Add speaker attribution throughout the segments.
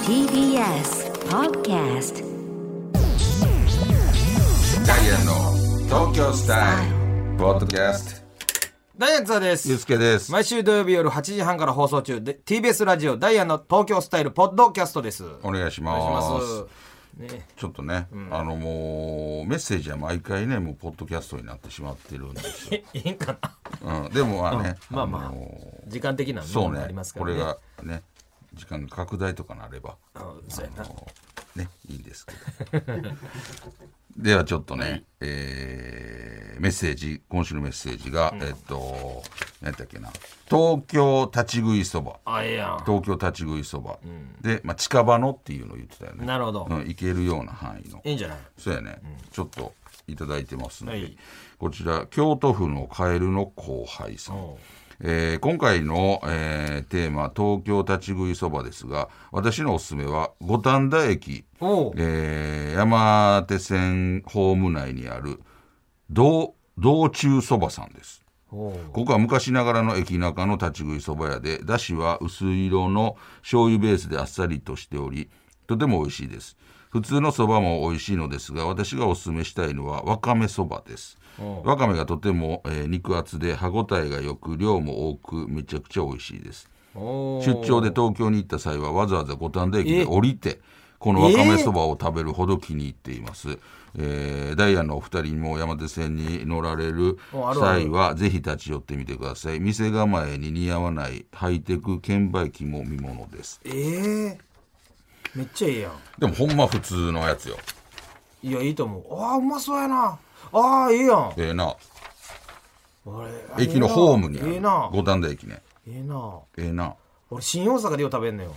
Speaker 1: TBS Podcast
Speaker 2: ダイアンの東京スタイルポッドキャスト
Speaker 3: ダイアンツァで
Speaker 2: ゆう
Speaker 3: す。
Speaker 2: すけです
Speaker 3: 毎週土曜日夜8時半から放送中で TBS ラジオダイアンの東京スタイルポッドキャストです。お
Speaker 2: お願いしま
Speaker 3: 願いします
Speaker 2: す。
Speaker 3: ね、
Speaker 2: ちょっとね、あのもうメッセージは毎回ねもうポッドキャストになってしまってるんです よ、
Speaker 3: えいいんかな。
Speaker 2: うん、でもまあね、
Speaker 3: まあまあ
Speaker 2: のー
Speaker 3: 時間的なも
Speaker 2: そ
Speaker 3: の
Speaker 2: う
Speaker 3: も
Speaker 2: ね
Speaker 3: ありますか
Speaker 2: こ
Speaker 3: らね。
Speaker 2: れがね時間が拡大とかなれば
Speaker 3: うんそうやな。
Speaker 2: ねいいんですけ どではちょっとね、えーメッセージ今週のメッセージが、えっと何やったっけな東京立ち食いそば
Speaker 3: あええやん。
Speaker 2: 東京立ち食いそば、で、まあ、近場のっていうのを言ってたよね
Speaker 3: なるほど
Speaker 2: うん、行けるような範囲の
Speaker 3: いいんじゃない。
Speaker 2: そうやね、ちょっといただいてますので、
Speaker 3: はい
Speaker 2: こちら京都府のカエルの後輩さん
Speaker 3: おう
Speaker 2: えー今回の、えーテーマ「東京立ち食いそば」ですが私のおすすめは五反田駅、
Speaker 3: おう
Speaker 2: えー山手線ホーム内にある道道中そばさんです
Speaker 3: おう
Speaker 2: ここは昔ながらの駅中の立ち食いそば屋で、だしは薄い色の醤油ベースであっさりとしており、とても美味しいです。普通のそばも美味しいのですが、私がおすすめしたいのはわかめそばです。わかめがとても、えー肉厚で歯ごたえがよく、量も多く、めちゃくちゃ美味しいです。
Speaker 3: おう
Speaker 2: 出張で東京に行った際はわざわざ五反田駅で降りてこのわかめそばを食べるほど気に入っています、えーダイアンのお二人にも山手線に乗られる
Speaker 3: おあるある
Speaker 2: 際はぜひ立ち寄ってみてください店構えに似合わないハイテク券売機も見ものです
Speaker 3: ええめっちゃええやん。
Speaker 2: でもほんま普通のやつよ
Speaker 3: いやいいと思う。ああうまそうやな。ああええやん。あ
Speaker 2: ええな
Speaker 3: れ
Speaker 2: 駅のホームに
Speaker 3: ええ
Speaker 2: あ
Speaker 3: な
Speaker 2: る。五反田駅ね
Speaker 3: ええな。
Speaker 2: ええな
Speaker 3: 俺新大阪でよう食べんのよ。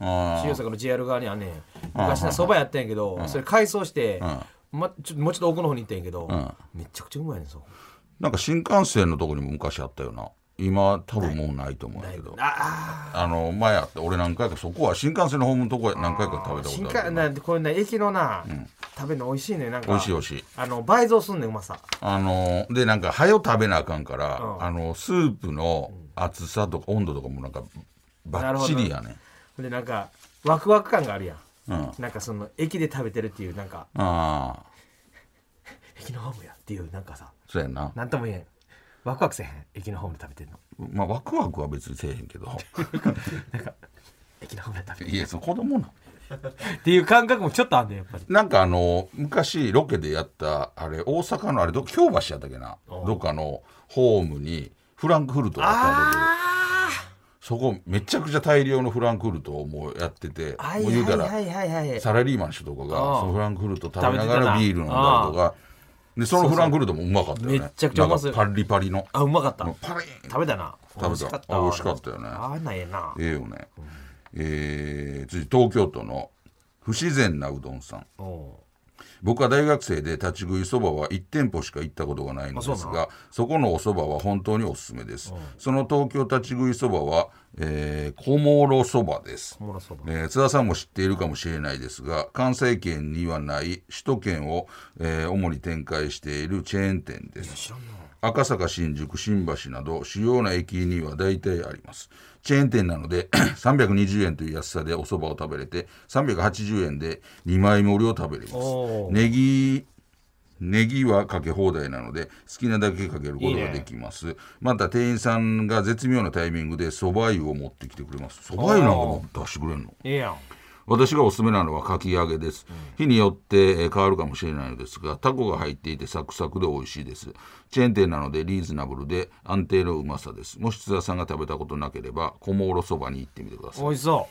Speaker 2: あ
Speaker 3: 新
Speaker 2: ー
Speaker 3: 大阪の JR 側にはね昔ねそばやったんやけどそれ改装して、ま、ちょもうちょっと奥の方に行ったんやけど、めちゃくちゃうまいねんそこ
Speaker 2: なんか新幹線のとこにも昔あったよな今多分もうないと思うんやけど
Speaker 3: あ
Speaker 2: あの前あって俺何回かそこは新幹線のホームのとこ何回か食べ
Speaker 3: あ
Speaker 2: た
Speaker 3: 新
Speaker 2: ことあ
Speaker 3: 幹
Speaker 2: るな
Speaker 3: なんてこれね駅のな、食べるの美味しいねなんか
Speaker 2: 美味しい美味しい
Speaker 3: あの倍増すんねんうまさ
Speaker 2: あのでなんか早う食べなあかんから、
Speaker 3: ん
Speaker 2: あのスープの厚さとか温度とかもなんかバッチリやね
Speaker 3: でなんかワクワク感があるやん、
Speaker 2: うん
Speaker 3: なんかその駅で食べてるっていうなんか
Speaker 2: ああ
Speaker 3: 駅のホームやっていうなんかさ
Speaker 2: そうやな
Speaker 3: なんとも言えんワクワクせへん駅のホームで食べてんの
Speaker 2: まあワクワクは別にせえへんけど
Speaker 3: 駅のホームで食べて
Speaker 2: いやその子供な
Speaker 3: るっていう感覚もちょっとあんねんやっぱり
Speaker 2: なんかあの昔ロケでやったあれ大阪のあれど京橋やったっけなどっかのホームにフランクフルトがあったんだけど
Speaker 3: あ
Speaker 2: そこめちゃくちゃ大量のフランクフルトをもうやってて
Speaker 3: あはい
Speaker 2: もう
Speaker 3: は
Speaker 2: 言
Speaker 3: い
Speaker 2: うたら
Speaker 3: はいはいはい
Speaker 2: サラリーマンの人とかが
Speaker 3: ああ
Speaker 2: そのフランクフルト食べなが
Speaker 3: 食べてた
Speaker 2: ら
Speaker 3: な
Speaker 2: ビール飲んだりとかでそのフランクフルトもうまかったよね
Speaker 3: めっちゃくちゃうまそう
Speaker 2: なんかパリパリの
Speaker 3: あうまかった
Speaker 2: パリーン
Speaker 3: 食べたな
Speaker 2: 食べたあ美味しかったよね
Speaker 3: あんなんええな
Speaker 2: ええよねえー次東京都の不自然なうどんさん
Speaker 3: おう
Speaker 2: 僕は大学生で立ち食いそばは1店舗しか行ったことがないので
Speaker 3: あ
Speaker 2: す
Speaker 3: そうな
Speaker 2: がそこのおそばは本当におすすめですその東京立ち食いそばは、えー、小諸そばです
Speaker 3: 小諸そば
Speaker 2: えー津田さんも知っているかもしれないですが関西圏にはない首都圏を、えー主に展開しているチェーン店です
Speaker 3: 知らんな
Speaker 2: 赤坂新宿新橋など主要な駅には大体ありますチェーン店なので 320円という安さでお蕎麦を食べれて380円で2枚盛りを食べれます
Speaker 3: おー
Speaker 2: ネギネギはかけ放題なので好きなだけかけることができますまた店員さんが絶妙なタイミングで蕎麦湯を持ってきてくれます蕎麦湯なんかもう出してくれんの
Speaker 3: ええやん
Speaker 2: 私がおすすめなのはかき揚げです、日によってえー変わるかもしれないのですがタコが入っていてサクサクで美味しいですチェーン店なのでリーズナブルで安定のうまさですもし津田さんが食べたことなければ小諸そばに行ってみてください
Speaker 3: 美味しそ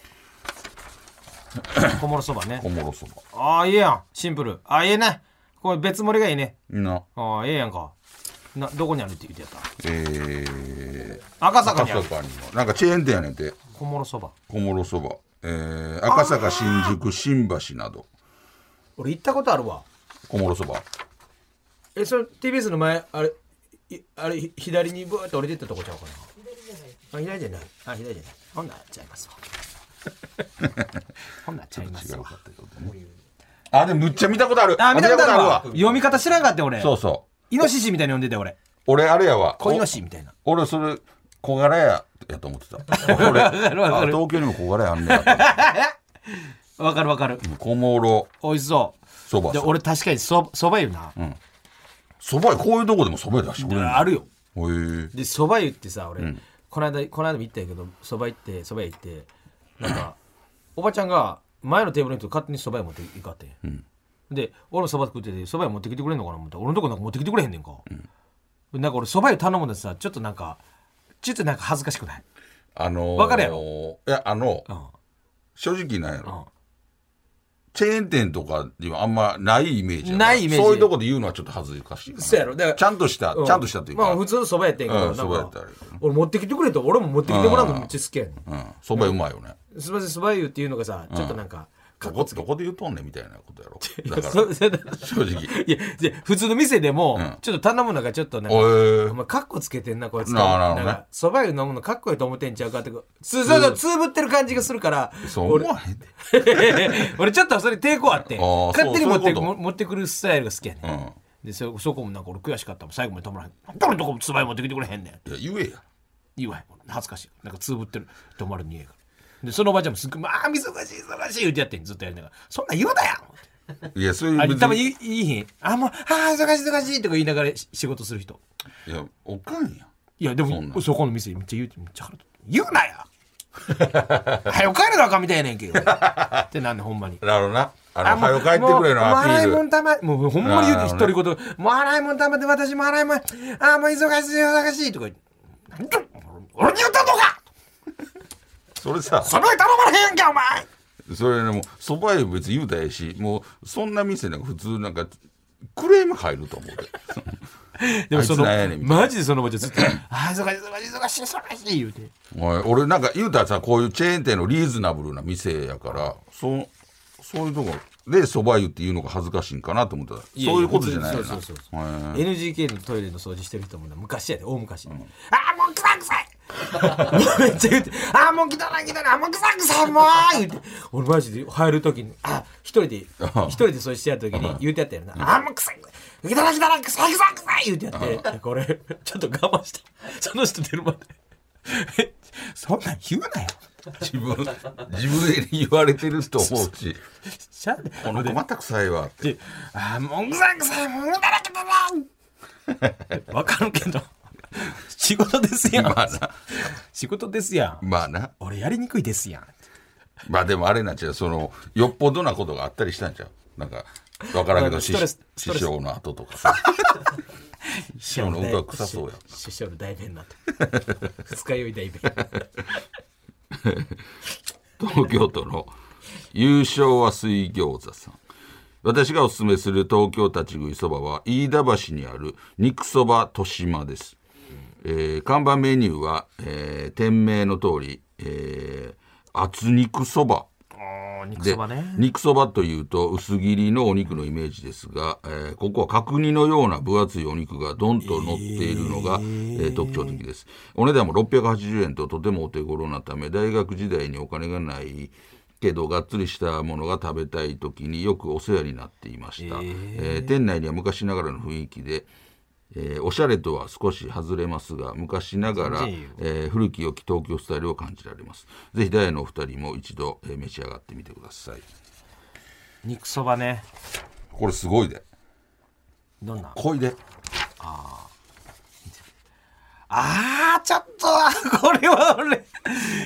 Speaker 3: う小諸そばね
Speaker 2: 小諸そば
Speaker 3: ああええやんシンプルああええねこれ別盛りがいいね
Speaker 2: な
Speaker 3: ああええやんかなどこにあるって言ってやった
Speaker 2: えー、
Speaker 3: 赤坂にある
Speaker 2: にもなんかチェーン店やねんて
Speaker 3: 小諸そば
Speaker 2: 小諸そば、えー、赤坂新宿新橋など
Speaker 3: 俺行ったことあるわ
Speaker 2: 小諸そば
Speaker 3: えそれ TBS の前あれいあれひ左にブーって降りてったとこちゃうかな左じゃないあ左じゃないあ左じゃないほんならちゃいますわほんならちゃいま す
Speaker 2: 違う
Speaker 3: わ
Speaker 2: かってことねあでもむっちゃ見たことある
Speaker 3: あ、見たことあるわ
Speaker 2: 見た。こと
Speaker 3: 読み方知らんかった俺。
Speaker 2: そうそう
Speaker 3: イノシシみたいに読んでて俺。
Speaker 2: 俺あれやわ
Speaker 3: 小イノシみたいな。
Speaker 2: 俺それ小柄ややと思ってた俺あ
Speaker 3: わかる
Speaker 2: 東京にも小柄やあんねやと思って
Speaker 3: わかるわかる。
Speaker 2: 小諸
Speaker 3: 美味しそう。
Speaker 2: そば
Speaker 3: で
Speaker 2: さん
Speaker 3: 俺確かにそそば湯な、
Speaker 2: そば屋こういうとこでもそば屋出してくれるのへ
Speaker 3: あるよ
Speaker 2: え
Speaker 3: でそば湯ってさ俺、この間この間も行ったんやけどそば行ってそば屋行ってなん かおばちゃんが前のテーブルの人勝手にそば湯持って行かってん、で俺もそば食っててそば湯持ってきてくれんのかな思って俺のとこなんか持ってきてくれへんねんか、なんか俺そば湯頼むのさちょっとなんかちょっとなんか恥ずかしくない、
Speaker 2: あのー、
Speaker 3: わかるや
Speaker 2: いやあの
Speaker 3: うん
Speaker 2: 正直なんやろ、
Speaker 3: うん
Speaker 2: チェーン店とかにはあんまないイメージやから
Speaker 3: ないイメージ
Speaker 2: そういうとこで言うのはちょっと恥ずかしいかな
Speaker 4: そうやろだから
Speaker 2: ちゃんとした、
Speaker 4: うん
Speaker 2: ちゃんとしたっていう
Speaker 3: ま
Speaker 2: か
Speaker 3: あ普通のそばやってんけど、
Speaker 2: うん
Speaker 3: なん
Speaker 2: そばやった
Speaker 3: か
Speaker 2: あれ
Speaker 3: ら
Speaker 2: や
Speaker 3: 俺持ってきてくれと俺も持ってきてもらうのめっちゃ好きやねん
Speaker 2: うんそば、うまいよね
Speaker 3: すみませんそば湯っていうのがさちょっとなんか、
Speaker 2: ど
Speaker 3: かっ
Speaker 2: こ
Speaker 3: こつけ
Speaker 2: どこで言うとんねんみたいなことやろ
Speaker 3: いや
Speaker 2: だか
Speaker 3: そ
Speaker 2: ら
Speaker 3: そ
Speaker 2: 正 直
Speaker 3: いや、じゃあ普通の店でも、
Speaker 2: うん
Speaker 3: ちょっと頼むのがちょっとなんか、
Speaker 2: おえ
Speaker 3: お前、カッコつけてんな、こいつ。
Speaker 2: なあなあ
Speaker 3: ん
Speaker 2: なあ
Speaker 3: か、そば湯飲むのかっこいいと思ってんちゃうかって、つ、そうそう、つぶってる感じがするから、
Speaker 2: そう思わへんで
Speaker 3: 俺、 俺ちょっとそれ抵抗あってん、
Speaker 2: あー
Speaker 3: 勝手に持って
Speaker 2: そうそういうこと
Speaker 3: も持ってくるスタイルが好きやねん。でそ、そこもなんか俺悔しかったもん、最後まで止まらへん。なんで俺のとこもつばい持ってきてくれへんねん。
Speaker 2: うんいや言えや
Speaker 3: 言わへん。恥ずかしい。なんかつぶってる、止まる匂いが。で、そのおばあちゃんもすっごい、まあ、忙しい、忙しい言うてやってん、ずっとやりながら。そんなん言うなやん
Speaker 2: いやそういう
Speaker 3: あ
Speaker 2: 別
Speaker 3: 多分
Speaker 2: に
Speaker 3: いいいひん。あ、もう、あー、忙しい忙しいとか言いながらし仕事する人。
Speaker 2: いやおかんや
Speaker 3: いや、で
Speaker 2: そんな
Speaker 3: も、そこの店めっちゃ言うて、めっちゃ腹立つ言うな よ早く帰るのあかんみたいやねんけど。ってなんで、ほんまに。
Speaker 2: なるほどなあ
Speaker 3: あ
Speaker 2: の
Speaker 3: も
Speaker 2: 早
Speaker 3: う
Speaker 2: く帰ってくれ
Speaker 3: もう
Speaker 2: のアピ
Speaker 3: 洗い
Speaker 2: ー
Speaker 3: 物
Speaker 2: ル
Speaker 3: たま、もうほんまに言うて、
Speaker 2: な
Speaker 3: 一
Speaker 2: る
Speaker 3: 人言、もう洗い物たまって、私も洗い物、あー、もう忙しい忙しいとか言うなんで俺に言ったのか
Speaker 2: それさ
Speaker 3: それ頼まれへんやんけ、お前
Speaker 2: それねもうそば屋別に言うたらええしもうそんな店なんか普通なんかクレーム入ると思うで
Speaker 3: でもその
Speaker 2: あいつなんやねん、みたい
Speaker 3: マジでそのおばちゃんずっと、あー、忙しい忙しい忙しい忙しい言うて。
Speaker 2: おい俺なんか言うたらさこういうチェーン店のリーズナブルな店やからそうそういうとこでそば湯っていうのが恥ずかしいんかなと思ったら
Speaker 3: いやいや
Speaker 2: そういうことじゃないよな
Speaker 3: そうそうそうそう
Speaker 2: へえ
Speaker 3: NGK のトイレの掃除してる人もな昔やで大昔、ああもう臭い臭いめっちゃ言うてああもう汚い汚いあーもう臭い臭いもう言うて俺マジで入る時にあ一人で一人で掃除してやる時に言うてやったよな、ああもう臭い汚い汚い臭い臭い臭い言うてやってこれちょっと我慢したその人出るまでえそんなん言うなよ
Speaker 2: 自分自分に言われてると思う し
Speaker 3: しゃあね
Speaker 2: この子また臭いわって
Speaker 3: でああもう臭い臭いもうだらけだなわかるけど仕事ですやん、
Speaker 2: まあな
Speaker 3: 仕事ですやん
Speaker 2: まあな
Speaker 3: 俺やりにくいですやん
Speaker 2: まあでもあれなんちゃうそのよっぽどなことがあったりしたんちゃうなんかわからんけ
Speaker 3: なん
Speaker 2: ど
Speaker 3: か
Speaker 2: 師
Speaker 3: ストレススト
Speaker 2: 師
Speaker 3: レス
Speaker 2: 匠の後とかさ
Speaker 3: 師
Speaker 2: 匠のうが臭そうや
Speaker 3: 師匠の代弁なって二日酔い代弁
Speaker 2: 東京都の優勝は水餃子さん私がおすすめする東京立ち食いそばは飯田橋にある肉そば豊島です、えー看板メニューは、えー店名の通り、えー厚肉そば
Speaker 3: 肉
Speaker 2: で肉そばというと薄切りのお肉のイメージですが、えーここは角煮のような分厚いお肉がどんと乗っているのが、えー特徴的ですお値段も680円ととてもお手頃なため大学時代にお金がないけどがっつりしたものが食べたい時によくお世話になっていました、えー店内には昔ながらの雰囲気でえーおしゃれとは少し外れますが昔ながら
Speaker 3: 全然いいよ、
Speaker 2: えー古き良き東京スタイルを感じられますぜひダイヤのお二人も一度、えー召し上がってみてください
Speaker 3: 肉そばね
Speaker 2: これすごいで
Speaker 3: どんな
Speaker 2: 濃いで
Speaker 3: あーちょっとこれは俺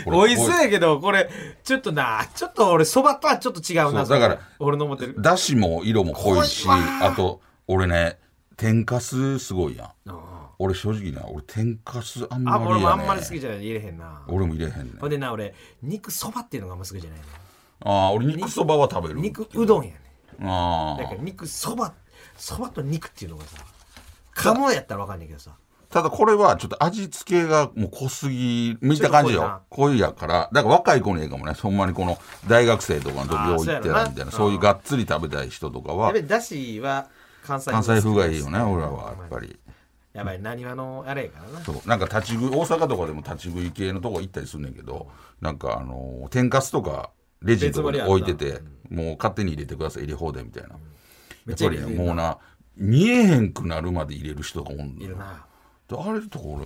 Speaker 2: これ
Speaker 3: 美味しそうやけどこれちょっとなちょっと俺そばとはちょっと違うな
Speaker 2: そうだから
Speaker 3: それ俺の思ってる
Speaker 2: だしも色も濃いし
Speaker 3: 濃いわ
Speaker 2: あと俺ね天かすすごいやん俺正直な俺天かすあんま
Speaker 3: あ
Speaker 2: りや、ね、
Speaker 3: 俺もあんまり好きじゃない入れへんな
Speaker 2: 俺も入れへんねん
Speaker 3: ほんでな俺肉そばっていうのがあんま好きじゃないの
Speaker 2: あー俺肉そばは食べる
Speaker 3: 肉うどんやね
Speaker 2: あ
Speaker 3: だから
Speaker 2: ー
Speaker 3: 肉そばそばと肉っていうのがさカモやったらわかんないけどさ
Speaker 2: ただこれはちょっと味付けがもう濃すぎ見た感じ
Speaker 3: ちょっ
Speaker 2: よ濃いやからだから若い子にええかもねそんまにこの大学生とかの時
Speaker 3: あー
Speaker 2: よう行って
Speaker 3: そうやろ
Speaker 2: た
Speaker 3: な
Speaker 2: みたいなそういうがっつり食べたい人とか
Speaker 3: や
Speaker 2: は
Speaker 3: っぱりだしは関西
Speaker 2: 関西風がいいよね
Speaker 3: 好き
Speaker 2: 俺
Speaker 3: です
Speaker 2: らはやっぱり。
Speaker 3: やばいなにわのあれやからな
Speaker 2: そうなんか立ち食い大阪とかでも立ち食い系のとこ行ったりすんねんけどなんかあのー天かすとかレジのとこに置いててもう勝手に入れてください入れ放題みたいな、
Speaker 3: めっち
Speaker 2: や
Speaker 3: ゃ
Speaker 2: っぱり
Speaker 3: 入れ
Speaker 2: ね
Speaker 3: てる
Speaker 2: もうな見えへんくなるまで入れる人がおんの
Speaker 3: い
Speaker 2: よ
Speaker 3: るな
Speaker 2: であれとか俺ど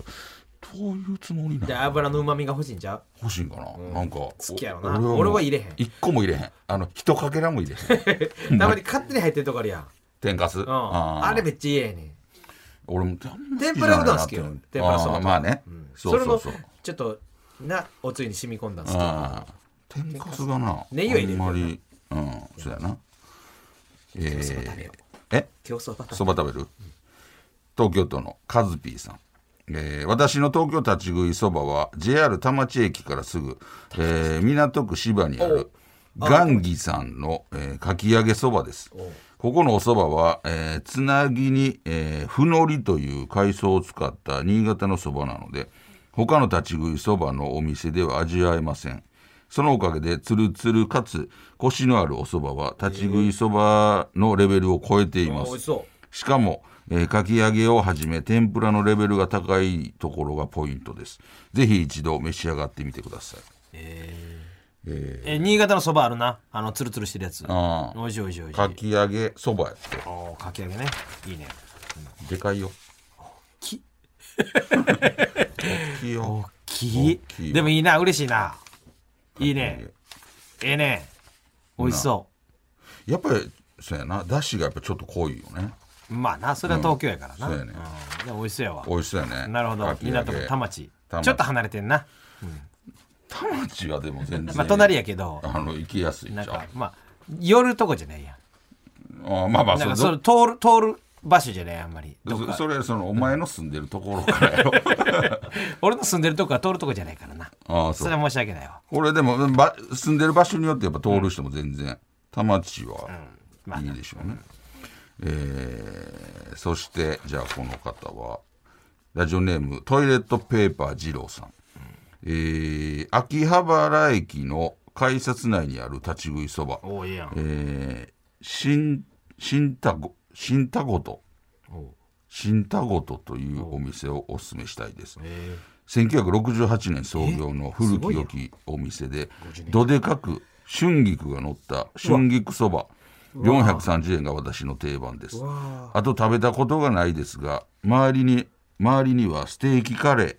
Speaker 2: ういうつもりな
Speaker 3: で
Speaker 2: の
Speaker 3: 油の旨味が欲しいんちゃう
Speaker 2: 欲しいんかな、なんか
Speaker 3: 好きやろな
Speaker 2: もう
Speaker 3: 俺は入れへん
Speaker 2: 一個も入れへんあの一かけらも入れへん
Speaker 3: たまに勝手に入ってるとこあるやん、
Speaker 2: 天かす、
Speaker 3: うん、あれめっちゃいいやねん
Speaker 2: 俺も
Speaker 3: 天ぷらうどん好きよ天ぷらそば
Speaker 2: そ
Speaker 3: と
Speaker 2: まあね、そうそうそう
Speaker 3: れもちょっとなおつゆに染み込んだんですけど
Speaker 2: ああ天かすがな
Speaker 3: ネギは入れる
Speaker 2: あんまりうんそうやなえー、え
Speaker 3: 競争バター
Speaker 2: そば食べる東京都のカズピーさん、えー私の東京立ち食いそばは JR 田町駅からすぐ、えー港区芝にあるガンギさんの、えーかき揚げそばですここのおそばは、えーつなぎに、えーふのりという海藻を使った新潟のそばなので他の立ち食いそばのお店では味わえませんそのおかげでつるつるかつコシのあるおそばは立ち食いそばのレベルを超えています
Speaker 3: 美味しそう
Speaker 2: しかも、えーかき揚げをはじめ天ぷらのレベルが高いところがポイントですぜひ一度召し上がってみてください
Speaker 3: え新潟のそばあるなあのつるつるしてるやつ
Speaker 2: あ
Speaker 3: おいしいおいしいおい
Speaker 2: あ
Speaker 3: しい
Speaker 2: かき揚げそばやって
Speaker 3: おーかき揚げねいいね
Speaker 2: でかいよ
Speaker 3: き
Speaker 2: 大きいよ
Speaker 3: き
Speaker 2: 大きいよ
Speaker 3: でもいいな嬉しいないいねええね美味しそ
Speaker 2: やっぱりそうやなだしがやっぱちょっと濃いよね
Speaker 3: うまあなそれは東京やからな、
Speaker 2: うん
Speaker 3: う
Speaker 2: そ
Speaker 3: ん
Speaker 2: うやね
Speaker 3: でも美味しそうやわ
Speaker 2: 美味しそうやね
Speaker 3: なるほど
Speaker 2: かき揚げ
Speaker 3: 港区田町
Speaker 2: 田町
Speaker 3: ちょっと離れてんな、
Speaker 2: 田町はでも全然
Speaker 3: まあ、隣やけど
Speaker 2: あの行きやすいじゃ
Speaker 3: なん
Speaker 2: ん
Speaker 3: かまあ寄るとこじゃないやん
Speaker 2: ああまあまあ
Speaker 3: なんか
Speaker 2: そ
Speaker 3: そ
Speaker 2: れ
Speaker 3: れ通る通る場所じゃないあんまりどっ
Speaker 2: そ
Speaker 3: か
Speaker 2: それそのお前の住んでるところから よ
Speaker 3: 俺の住んでるとこは通るとこじゃないからな
Speaker 2: ああ
Speaker 3: そ
Speaker 2: そう
Speaker 3: れは申し訳ないわ
Speaker 2: 俺でもば住んでる場所によってやっぱ通る人も全然、田町はいいでしょうね、えーそしてじゃあこの方はラジオネームトイレットペーパー二郎さん、えー秋葉原駅の改札内にある立ち食いそば、
Speaker 3: おおいいやん
Speaker 2: えー、新新田ご新田ごと新田ごとというお店をお勧めしたいです、1968年創業の古き良きお店でどでかく春菊が乗った春菊そば430円が私の定番ですあと食べたことがないですが周りに周りにはステーキカレー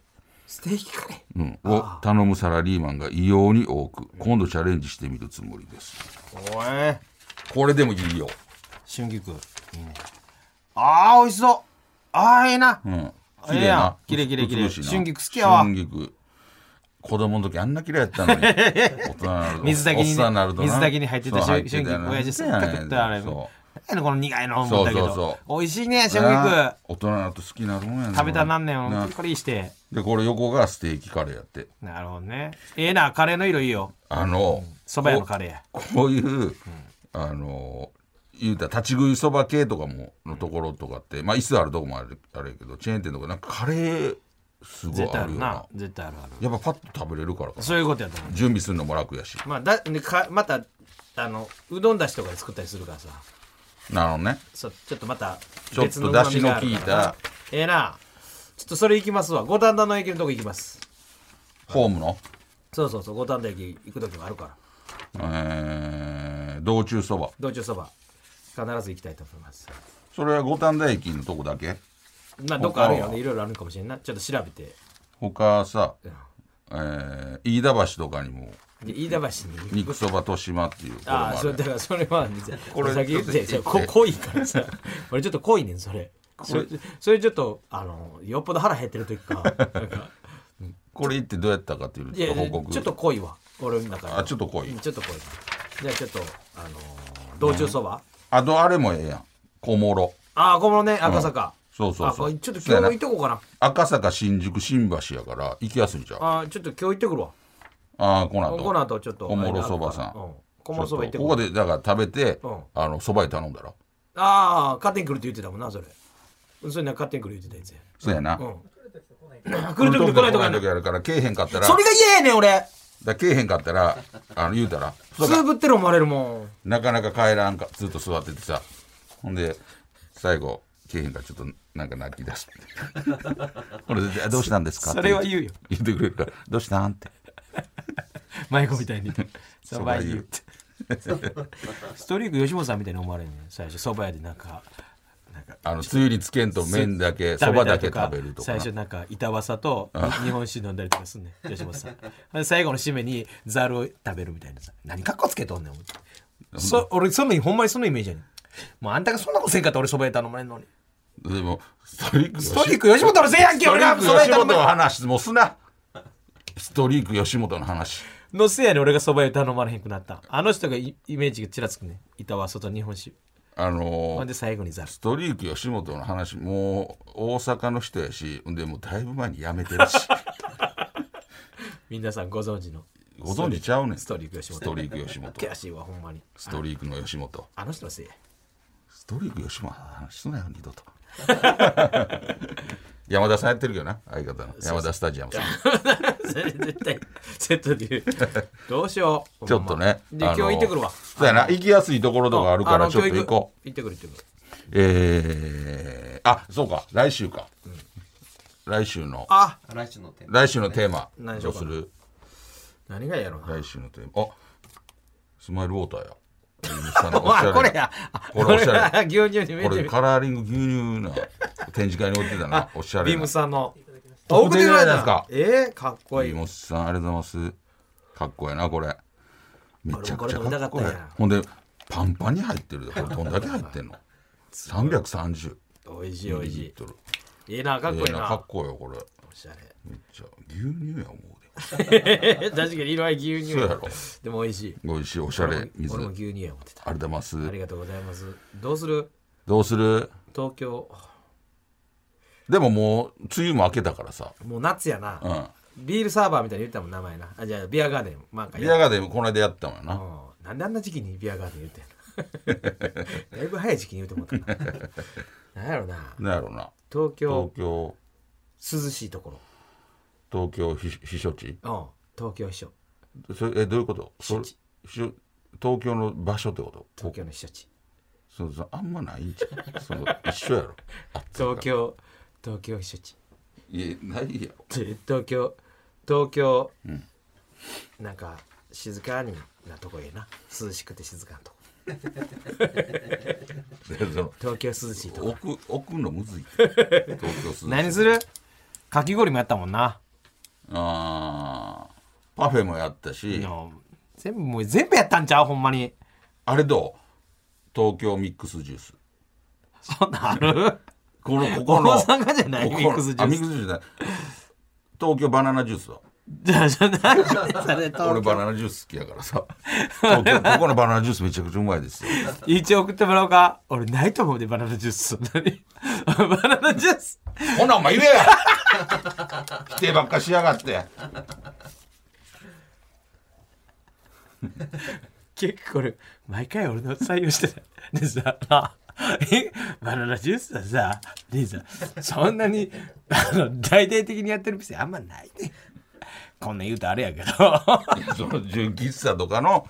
Speaker 3: ステーキカレー
Speaker 2: うんを頼むサラリーマンが異様に多く今度チャレンジしてみるつもりです
Speaker 3: おえ
Speaker 2: これでもいいよ、
Speaker 3: 春菊いいねああ美味しそうああいいな、
Speaker 2: うん、
Speaker 3: ええやん
Speaker 2: 綺麗な
Speaker 3: 綺麗綺麗
Speaker 2: 美しいな
Speaker 3: 春菊好きやわ
Speaker 2: 春菊子供の時あんな綺麗や ったのに大人になると
Speaker 3: 水炊き
Speaker 2: おっ
Speaker 3: に
Speaker 2: さ
Speaker 3: ね、
Speaker 2: んなるとな
Speaker 3: 水炊きに入ってた
Speaker 2: そう
Speaker 3: 春
Speaker 2: 入
Speaker 3: 菊
Speaker 2: ってたよな
Speaker 3: 親父すっか食ったあれ
Speaker 2: そ
Speaker 3: 何やねんこの苦いの思ったけ
Speaker 2: そうそ
Speaker 3: ど
Speaker 2: う
Speaker 3: 美味しいね
Speaker 2: う
Speaker 3: 春菊
Speaker 2: 大人になると好きになるもんやな
Speaker 3: 食べたらなんねん
Speaker 2: な
Speaker 3: ほんとこれいいして
Speaker 2: でこれ横がステーキカレーやって
Speaker 3: なるほどねええなカレーの色いいよ
Speaker 2: あの
Speaker 3: そば屋のカレーや
Speaker 2: ここういうあの言うたら立ち食いそば系とかものところとかってまあ椅子あるとこもあるあれやけどチェーン店とかなんかカレーすごい
Speaker 3: 絶対
Speaker 2: あ
Speaker 3: あ
Speaker 2: る
Speaker 3: る
Speaker 2: よ
Speaker 3: な
Speaker 2: な
Speaker 3: 絶対あるある
Speaker 2: やっぱパッと食べれるからかな
Speaker 3: そういうことやと思う
Speaker 2: 準備するのも楽やし
Speaker 3: まあだでかまたあのうどんだしとかで作ったりするからさ
Speaker 2: なるほどね
Speaker 3: そうちょっとまた
Speaker 2: ちょっ
Speaker 3: 別
Speaker 2: と
Speaker 3: の
Speaker 2: 出汁の
Speaker 3: 旨
Speaker 2: 効い
Speaker 3: 味があるからな
Speaker 2: た
Speaker 3: ええなちょっとそれ行きますわ五反田の駅のとこ行きます
Speaker 2: ホームの、
Speaker 3: そうそうそう五反田駅行く時もあるから
Speaker 2: えー、道中そば
Speaker 3: 道中そば必ず行きたいと思います
Speaker 2: それは五反田駅のとこだけ
Speaker 3: まあどっかある
Speaker 2: 他
Speaker 3: よ
Speaker 2: は
Speaker 3: ねいろいろあるかもしれんないちょっと調べて
Speaker 2: 他さ、えー、飯田橋とかにも
Speaker 3: で飯田橋に行く
Speaker 2: 肉そば豊島っていうところも
Speaker 3: ああ
Speaker 2: あ
Speaker 3: そ
Speaker 2: るやん
Speaker 3: れだからそれは
Speaker 2: こ
Speaker 3: こ
Speaker 2: れ
Speaker 3: れ先言っ
Speaker 2: ちょ
Speaker 3: て
Speaker 2: っと言って
Speaker 3: こ濃いからさ 俺ちょっと濃いねんそれそれそれちょっとあのよっぽど腹減ってる時か なんか
Speaker 2: これ行ってどうやったかっていう
Speaker 3: いやいや
Speaker 2: 報告
Speaker 3: ちょっと濃いわ俺の中で
Speaker 2: あちょっと濃い
Speaker 3: うんちょっと濃いじゃあちょっとあのー道中そば
Speaker 2: あとあれもええやん小諸
Speaker 3: ああこのね赤坂
Speaker 2: そうそう
Speaker 3: あ
Speaker 2: そ
Speaker 3: こ
Speaker 2: う
Speaker 3: れちょっと
Speaker 2: そう
Speaker 3: 今
Speaker 2: やな
Speaker 3: 日行っとこうかな
Speaker 2: 赤坂新宿新橋やから行きやすいんちゃうあ
Speaker 3: あーちょっと今日行ってくるわ
Speaker 2: あーこの後
Speaker 3: この後ちょっと
Speaker 2: 小諸そばさん
Speaker 3: うん小諸そば行って
Speaker 2: ち
Speaker 3: く
Speaker 2: ょ
Speaker 3: る
Speaker 2: っとここでだから食べて、
Speaker 3: うん
Speaker 2: あのそばに頼んだら
Speaker 3: ああ勝手に来るって言ってたもんなそれそれな勝手に来る言ってたやつや
Speaker 2: そうやな、
Speaker 3: うん来る時と来ないとか
Speaker 2: 時あるからけえへんかったら
Speaker 3: それが嫌やねん俺
Speaker 2: だけえへんかったらあの言うたら
Speaker 3: 普通ぶってる思われるもん
Speaker 2: なかなか帰らんかずっと座っててさほんで最後けえへんからちょっとなんか泣き 出すこれであどうしたんですか
Speaker 3: それは言うよ
Speaker 2: って言ってくれるからどうしたんって
Speaker 3: 舞子みたいにそば
Speaker 2: そば湯
Speaker 3: 湯ってストリーク吉本さんみたいに思われるねん最初そば屋でなんかなんか
Speaker 2: あのつゆにつけんと麺だけそ
Speaker 3: 食べ
Speaker 2: ば
Speaker 3: た
Speaker 2: だ
Speaker 3: り
Speaker 2: け
Speaker 3: とか
Speaker 2: 食べるとか
Speaker 3: 最初なんか板わさと日本酒飲んだりとかすんねん吉本さん で最後の締めにザルを食べるみたいなさ何かっこつけとんねん思ってそ俺そのほんまにそのイメージやねんもうあんたがそんなことせんかったら俺そば屋頼まれんのに
Speaker 2: でもストリーク
Speaker 3: ストリック吉本のせいやんけ俺が
Speaker 2: ス
Speaker 3: そ
Speaker 2: ト
Speaker 3: ば
Speaker 2: リ
Speaker 3: 屋
Speaker 2: ーク吉
Speaker 3: 頼
Speaker 2: 本
Speaker 3: ま
Speaker 2: の
Speaker 3: れ
Speaker 2: 話もうすなストリーク吉本の話
Speaker 3: のせいやに俺がそば屋頼まれへんくなったあの人がイイメージがちらつくねん板わさと日本酒
Speaker 2: あの
Speaker 3: ほ
Speaker 2: ー
Speaker 3: んで最後にザル
Speaker 2: ストリーク吉本の話もう大阪の人やしでもうだいぶ前に辞めてる し
Speaker 3: 皆さんご存知の
Speaker 2: ご存知ちゃうねん
Speaker 3: ストリーク吉本
Speaker 2: ストリーク吉本
Speaker 3: 悔しいわほんまに
Speaker 2: ストリークの吉本
Speaker 3: あの人のせいや
Speaker 2: ストリーク吉本の話すなよ二度と 山田さんやってるけどな相方の山田スタジアムさん
Speaker 3: それ絶対セットで言うどうしよ う
Speaker 2: ちょっとね
Speaker 3: で
Speaker 2: あ
Speaker 3: 今
Speaker 2: の
Speaker 3: 日行ってくるわ
Speaker 2: そうやな行きやすいところとかあるから
Speaker 3: の
Speaker 2: ちょっと行こう
Speaker 3: 教育行ってくる行ってくる
Speaker 2: えー、あそうか来週か、来週の
Speaker 3: あ
Speaker 5: 来週のテーマ
Speaker 2: 来週のテーマ
Speaker 3: 何し
Speaker 2: ど
Speaker 3: よう
Speaker 2: うす
Speaker 3: かな
Speaker 2: る
Speaker 3: 何がやろうな
Speaker 2: 来週のテーマあスマイルウォーター やさんのおしゃれ
Speaker 3: あ
Speaker 2: な
Speaker 3: これや
Speaker 2: これおし ゃれ
Speaker 3: れ牛乳に見え
Speaker 2: こ
Speaker 3: て
Speaker 2: れ
Speaker 3: る
Speaker 2: カラーリング牛乳な展示会に置いてたなおしゃれな
Speaker 3: ビームさんのあ
Speaker 2: 特典じゃないですか
Speaker 3: 送ってくれたえー、かっこい
Speaker 2: ビ
Speaker 3: い
Speaker 2: ームさんありがとうございますかっこいいなこれめちゃくちゃ
Speaker 3: 俺もこれ
Speaker 2: か
Speaker 3: 飲みた
Speaker 2: っ
Speaker 3: か
Speaker 2: こいい
Speaker 3: ったんや
Speaker 2: ほんでパンパンに入ってるでこれどんだけ入ってんの330
Speaker 3: おいしい
Speaker 2: ミ
Speaker 3: お
Speaker 2: リ
Speaker 3: い
Speaker 2: リッ
Speaker 3: し
Speaker 2: トル
Speaker 3: いいいなかっこいい
Speaker 2: ええ
Speaker 3: な,、
Speaker 2: かっこいいよこれ
Speaker 3: おしゃれ
Speaker 2: めっちゃ牛乳や思うで
Speaker 3: 確かに色合い牛乳
Speaker 2: そうやろ
Speaker 3: でもおいしい
Speaker 2: 美味しいおしゃれ水あ
Speaker 3: 俺も
Speaker 2: りがと
Speaker 3: 牛乳や思ってた
Speaker 2: うございます
Speaker 3: ありがとうございますどうする
Speaker 2: どうする
Speaker 3: 東京
Speaker 2: でももう梅雨も明けたからさ
Speaker 3: もう夏やな、
Speaker 2: うん
Speaker 3: ビールサーバーみたいに言ってたもん名前なあじゃあビアガーデンまあか
Speaker 2: ビアガーデンもこの間やったもんな
Speaker 3: うんなんであんな時期にビアガーデン言ってんの だいぶ早い時期に言うても らったななんやろな
Speaker 2: なんやろな
Speaker 3: 東
Speaker 2: 東
Speaker 3: 京
Speaker 2: 京
Speaker 3: 涼しいところ
Speaker 2: 東京避避暑地
Speaker 3: うん東京秘書
Speaker 2: それえどういうことそれ
Speaker 3: 避暑
Speaker 2: 避暑東京の場所ってこと
Speaker 3: 東京の秘書地
Speaker 2: そうそうあんまないんじゃんその一緒や ろ
Speaker 3: 東京東京秘書地
Speaker 2: いやないやろ
Speaker 3: で東京東京、なんか静かになとこええな涼しくて静かなとこ
Speaker 2: でその
Speaker 3: 東京涼しいとこ
Speaker 2: 奥奥のむずい東京涼しい
Speaker 3: 何するかき氷もやったもんな
Speaker 2: あーパフェもやったし、
Speaker 3: いや全部もう全部やったんちゃうほんまに
Speaker 2: あれどう東京ミックスジュース
Speaker 3: そんなんある
Speaker 2: このここの
Speaker 3: 大阪じゃない
Speaker 2: ここ
Speaker 3: ミックスジ
Speaker 2: あ
Speaker 3: ュ
Speaker 2: ミ
Speaker 3: ー
Speaker 2: ック
Speaker 3: ス
Speaker 2: スジュースじゃない東京バナナジュースだ
Speaker 3: じ ゃあじゃあなんでそれ
Speaker 2: 俺
Speaker 3: 東
Speaker 2: バナナジュース好きやからさ東 京ここのバナナジュースめちゃくちゃうまいですよ
Speaker 3: 京一応送ってもらおうか俺ないと思うでバナナジュースそんなに バナナジュース
Speaker 2: ほなお前言えや 否定ばっかしやがって
Speaker 3: 結構俺毎回俺の採用してたでさ あえバナナジュースはさでさそんなにあの大々的にやってる店あんまないねこんなん言うとあれやけど
Speaker 2: その純喫茶とかの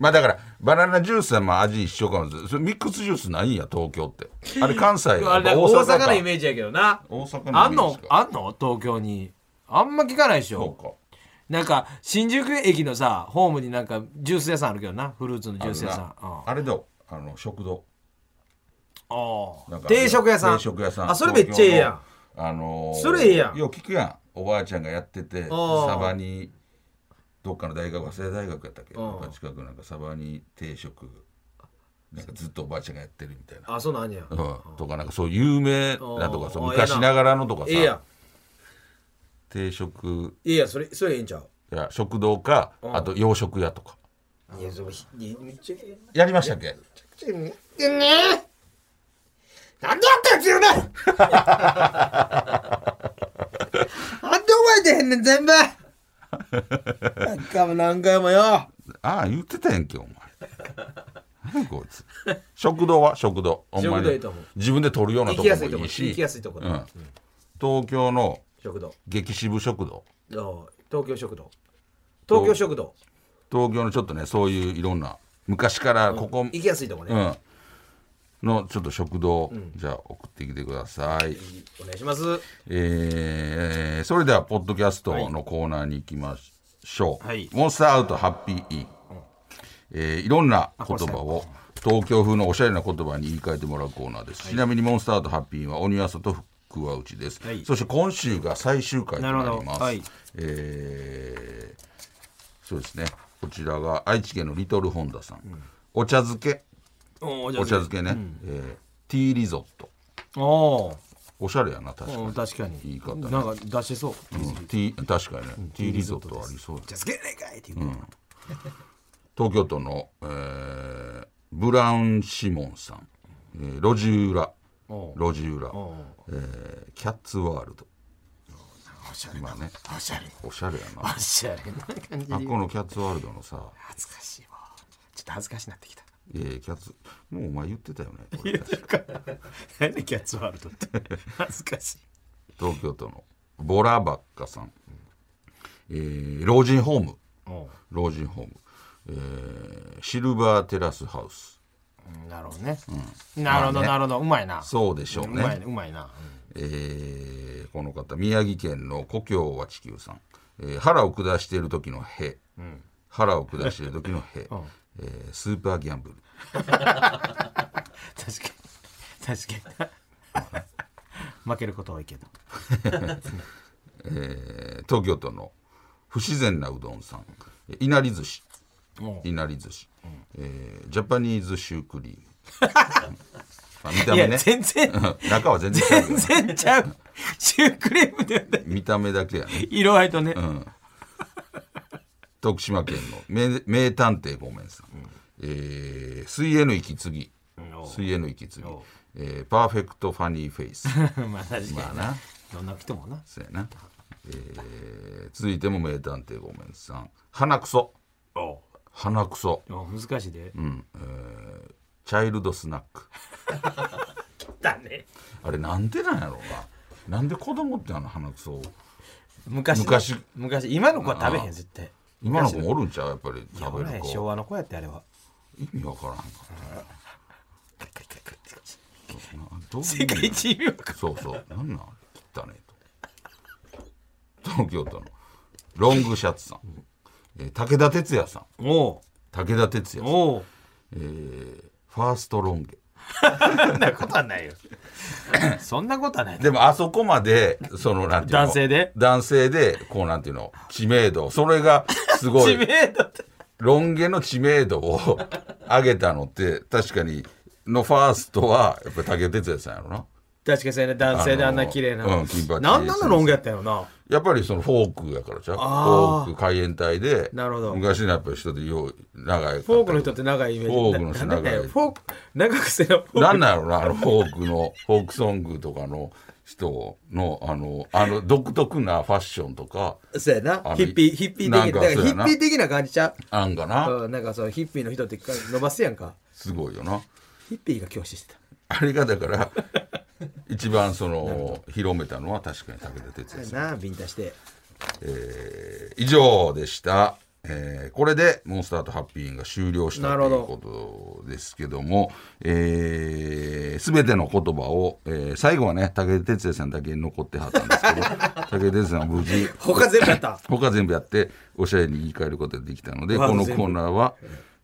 Speaker 2: まあだからバナナジュースはまあ味一緒かもしれないそれミックスジュースないんや東京ってあれ関西やっぱ
Speaker 3: あれ大阪のイメージやけどな
Speaker 2: 大阪のイメージか
Speaker 3: あんのあんの東京にあんま聞かないでしょ
Speaker 2: そうか
Speaker 3: なんか新宿駅のさホームになんかジュース屋さんあるけどなフルーツのジュース屋さんあ
Speaker 2: あれだあの食堂なんか
Speaker 3: 定食屋さん
Speaker 2: 定食屋さん
Speaker 3: あそれめっちゃええやん
Speaker 2: 東京のあのー
Speaker 3: それええやん
Speaker 2: よう聞くやんおばあちゃんがやっててサバにどっかの大学早稲田大学やったっけなんか近くなんかサバに定食なんかずっとおばあちゃんがやってるみたいな
Speaker 3: あそうなんや
Speaker 2: うんとかなんかそう有名なとかそう
Speaker 3: あー
Speaker 2: 昔ながらのとか
Speaker 3: ええやん
Speaker 2: さ定食
Speaker 3: ええやんそれそれええんちゃう
Speaker 2: いや食堂かあと洋食屋とか
Speaker 3: いやでもひいやめっちゃええ
Speaker 2: やりましたっけ
Speaker 3: でねなんであったやつ言う ななんで覚えてへんねん全部何回も何回もよ
Speaker 2: ああ言ってたやんけお前何こいつ食堂は食堂ほんまに
Speaker 3: 食堂いいと思う
Speaker 2: 自分で取るような
Speaker 3: 行
Speaker 2: と
Speaker 3: き
Speaker 2: こ
Speaker 3: やすいと
Speaker 2: も
Speaker 3: こ
Speaker 2: いい
Speaker 3: 行
Speaker 2: し
Speaker 3: きやすいとこ
Speaker 2: うん東京の
Speaker 3: 食堂
Speaker 2: 激渋食堂
Speaker 3: あ東京食堂東京食堂
Speaker 2: 東京のちょっとねそういういろんな昔からここ、うん
Speaker 3: 行きやすいとこね、
Speaker 2: のちょっと食堂、じゃあ送ってきてください、
Speaker 3: お願いします
Speaker 2: えーそれではポッドキャストのコーナーに行きましょう、
Speaker 3: はい
Speaker 2: モンスターアウトハッピーイン、えーいろんな言葉を東京風のおしゃれな言葉に言い換えてもらうコーナーです、ちなみにモンスターとハッピーは鬼朝と福は内です、そして今週が最終回となり
Speaker 3: なるほ
Speaker 2: ます、
Speaker 3: どはい
Speaker 2: えーそうですねこちらが愛知県のリトルホンダさん、お茶漬け
Speaker 3: お
Speaker 2: お茶漬けね、えーティーリゾット
Speaker 3: お
Speaker 2: おしゃれやな確かに
Speaker 3: 確かに
Speaker 2: 言い方ね
Speaker 3: なんか出してそう
Speaker 2: うんティー確かにね、ティーリゾットありそうだ
Speaker 3: じゃあつけないかいっていう、
Speaker 2: 東京都の、えーブラウン・シモンさん、えー路地裏
Speaker 3: おう
Speaker 2: 路地裏、
Speaker 3: おう
Speaker 2: えーキャッツワールド
Speaker 3: おしゃれ
Speaker 2: 今ね
Speaker 3: おしゃれ
Speaker 2: おしゃれやな
Speaker 3: おしゃれな感じ
Speaker 2: あこのキャッツワールドのさ、
Speaker 3: 恥ずかしいわちょっと恥ずかしなって きた
Speaker 2: えーキャッツもうお前言ってたよね これ確か
Speaker 3: 何でキャッツワールドって恥ずかしい
Speaker 2: 東京都のボラバッカさん、えー老人ホーム
Speaker 3: お
Speaker 2: 老人ホーム、えーシルバーテラスハウス
Speaker 3: うなるほどね、なるほど、
Speaker 2: まあね
Speaker 3: なるほどうまいな
Speaker 2: そうでしょう
Speaker 3: う
Speaker 2: ね
Speaker 3: まいねうまいな、
Speaker 2: えーこの方宮城県の故郷は地球さん、えー腹を下している時の兵、腹を下している時の 兵、えースーパーギャンブル
Speaker 3: 確かに確かに負けることは多いけど
Speaker 2: えー東京都の不自然なうどんさんえいなり寿司
Speaker 3: おう
Speaker 2: いなり寿司、えージャパニーズシュークリ ームまあ見た目
Speaker 3: いや
Speaker 2: ね
Speaker 3: 全然
Speaker 2: 中は全然違うけど
Speaker 3: 全然ちゃうシュークリームで
Speaker 2: 見た目だけやね
Speaker 3: 色合いとね、
Speaker 2: 徳島県の名名探偵ごめんさん、えー水泳の息継ぎ
Speaker 3: うん
Speaker 2: 水泳の息継ぎ、えーパーフェクトファニーフェイス
Speaker 3: まあ確かに、
Speaker 2: まあな
Speaker 3: どんな人もな
Speaker 2: そうやな、えー続いても名探偵ごめんさん鼻くそ
Speaker 3: おう
Speaker 2: 鼻くそ、
Speaker 3: でも難しいで、
Speaker 2: うんえーチャイルドスナック
Speaker 3: だね
Speaker 2: あれなんでなんやろうななんで子供ってあの鼻くそを
Speaker 3: 昔の
Speaker 2: 昔
Speaker 3: 昔今の子は食べへん絶対
Speaker 2: 今の子もおるんちゃうやっぱり
Speaker 3: や
Speaker 2: 食
Speaker 3: ば
Speaker 2: べる
Speaker 3: い
Speaker 2: 子
Speaker 3: 昭和の子やってあれは
Speaker 2: 意味わからんかったなどういう
Speaker 3: 世界一味わか
Speaker 2: そうそう。なんなん切ったねと。東京都のロングシャツさん。えー武田鉄矢さん。
Speaker 3: んおう
Speaker 2: 武田鉄矢さん。
Speaker 3: おう
Speaker 2: えーファーストロン毛。
Speaker 3: そんなことはないよ そんなことはない
Speaker 2: でもあそこまで、その、なんていうの
Speaker 3: 男性で
Speaker 2: 男性で、こうなんていうの知名度。それがすご
Speaker 3: 知
Speaker 2: い。
Speaker 3: 名度って
Speaker 2: ロン毛の知名度を 上げたのって、確かに、のファーストは、やっぱり武田鉄矢さんやろな。
Speaker 3: 確かにそうやね男性であんな綺麗な、
Speaker 2: あのうん金髪
Speaker 3: なんなのロン毛やったよな
Speaker 2: やっぱりそのフォークやからちゃうフォ
Speaker 3: あー
Speaker 2: ーク海援隊で
Speaker 3: なるほど
Speaker 2: 昔のやっぱり人でよう長い
Speaker 3: フォークの人って長いイメージ
Speaker 2: フォークの人
Speaker 3: ななんだ
Speaker 2: 長
Speaker 3: よ
Speaker 2: い
Speaker 3: フォーク長くせよフォー
Speaker 2: なんなんやろなあのフォークのフォークソングとかの人のあのあの独特なファッションとか
Speaker 3: クそうやな
Speaker 2: の
Speaker 3: ヒッピーヒッピー的
Speaker 2: なん
Speaker 3: な
Speaker 2: か
Speaker 3: だからヒ
Speaker 2: そうやな
Speaker 3: ッピー的な感じちゃ
Speaker 2: あんがな
Speaker 3: う、うん、なんかそのヒッピーの人って伸ばすやんか
Speaker 2: すごいよな
Speaker 3: ヒッピーが教師してた
Speaker 2: あれがだから一番そ の広めたのは確かに武田鉄矢さん、
Speaker 3: なあビンタして
Speaker 2: えー以上でした、えーこれで「モンスターとハッピーイン」が終了した
Speaker 3: な
Speaker 2: とい
Speaker 3: るほど
Speaker 2: うことですけどもえー、全ての言葉を、えー最後はね武井哲也さんだけ残ってはったんですけど 武井哲也さんは無事
Speaker 3: 他全部や った
Speaker 2: 他全部やっておしゃれに言い換えることができたので
Speaker 3: わ
Speaker 2: このコ
Speaker 3: 全部
Speaker 2: ーナーは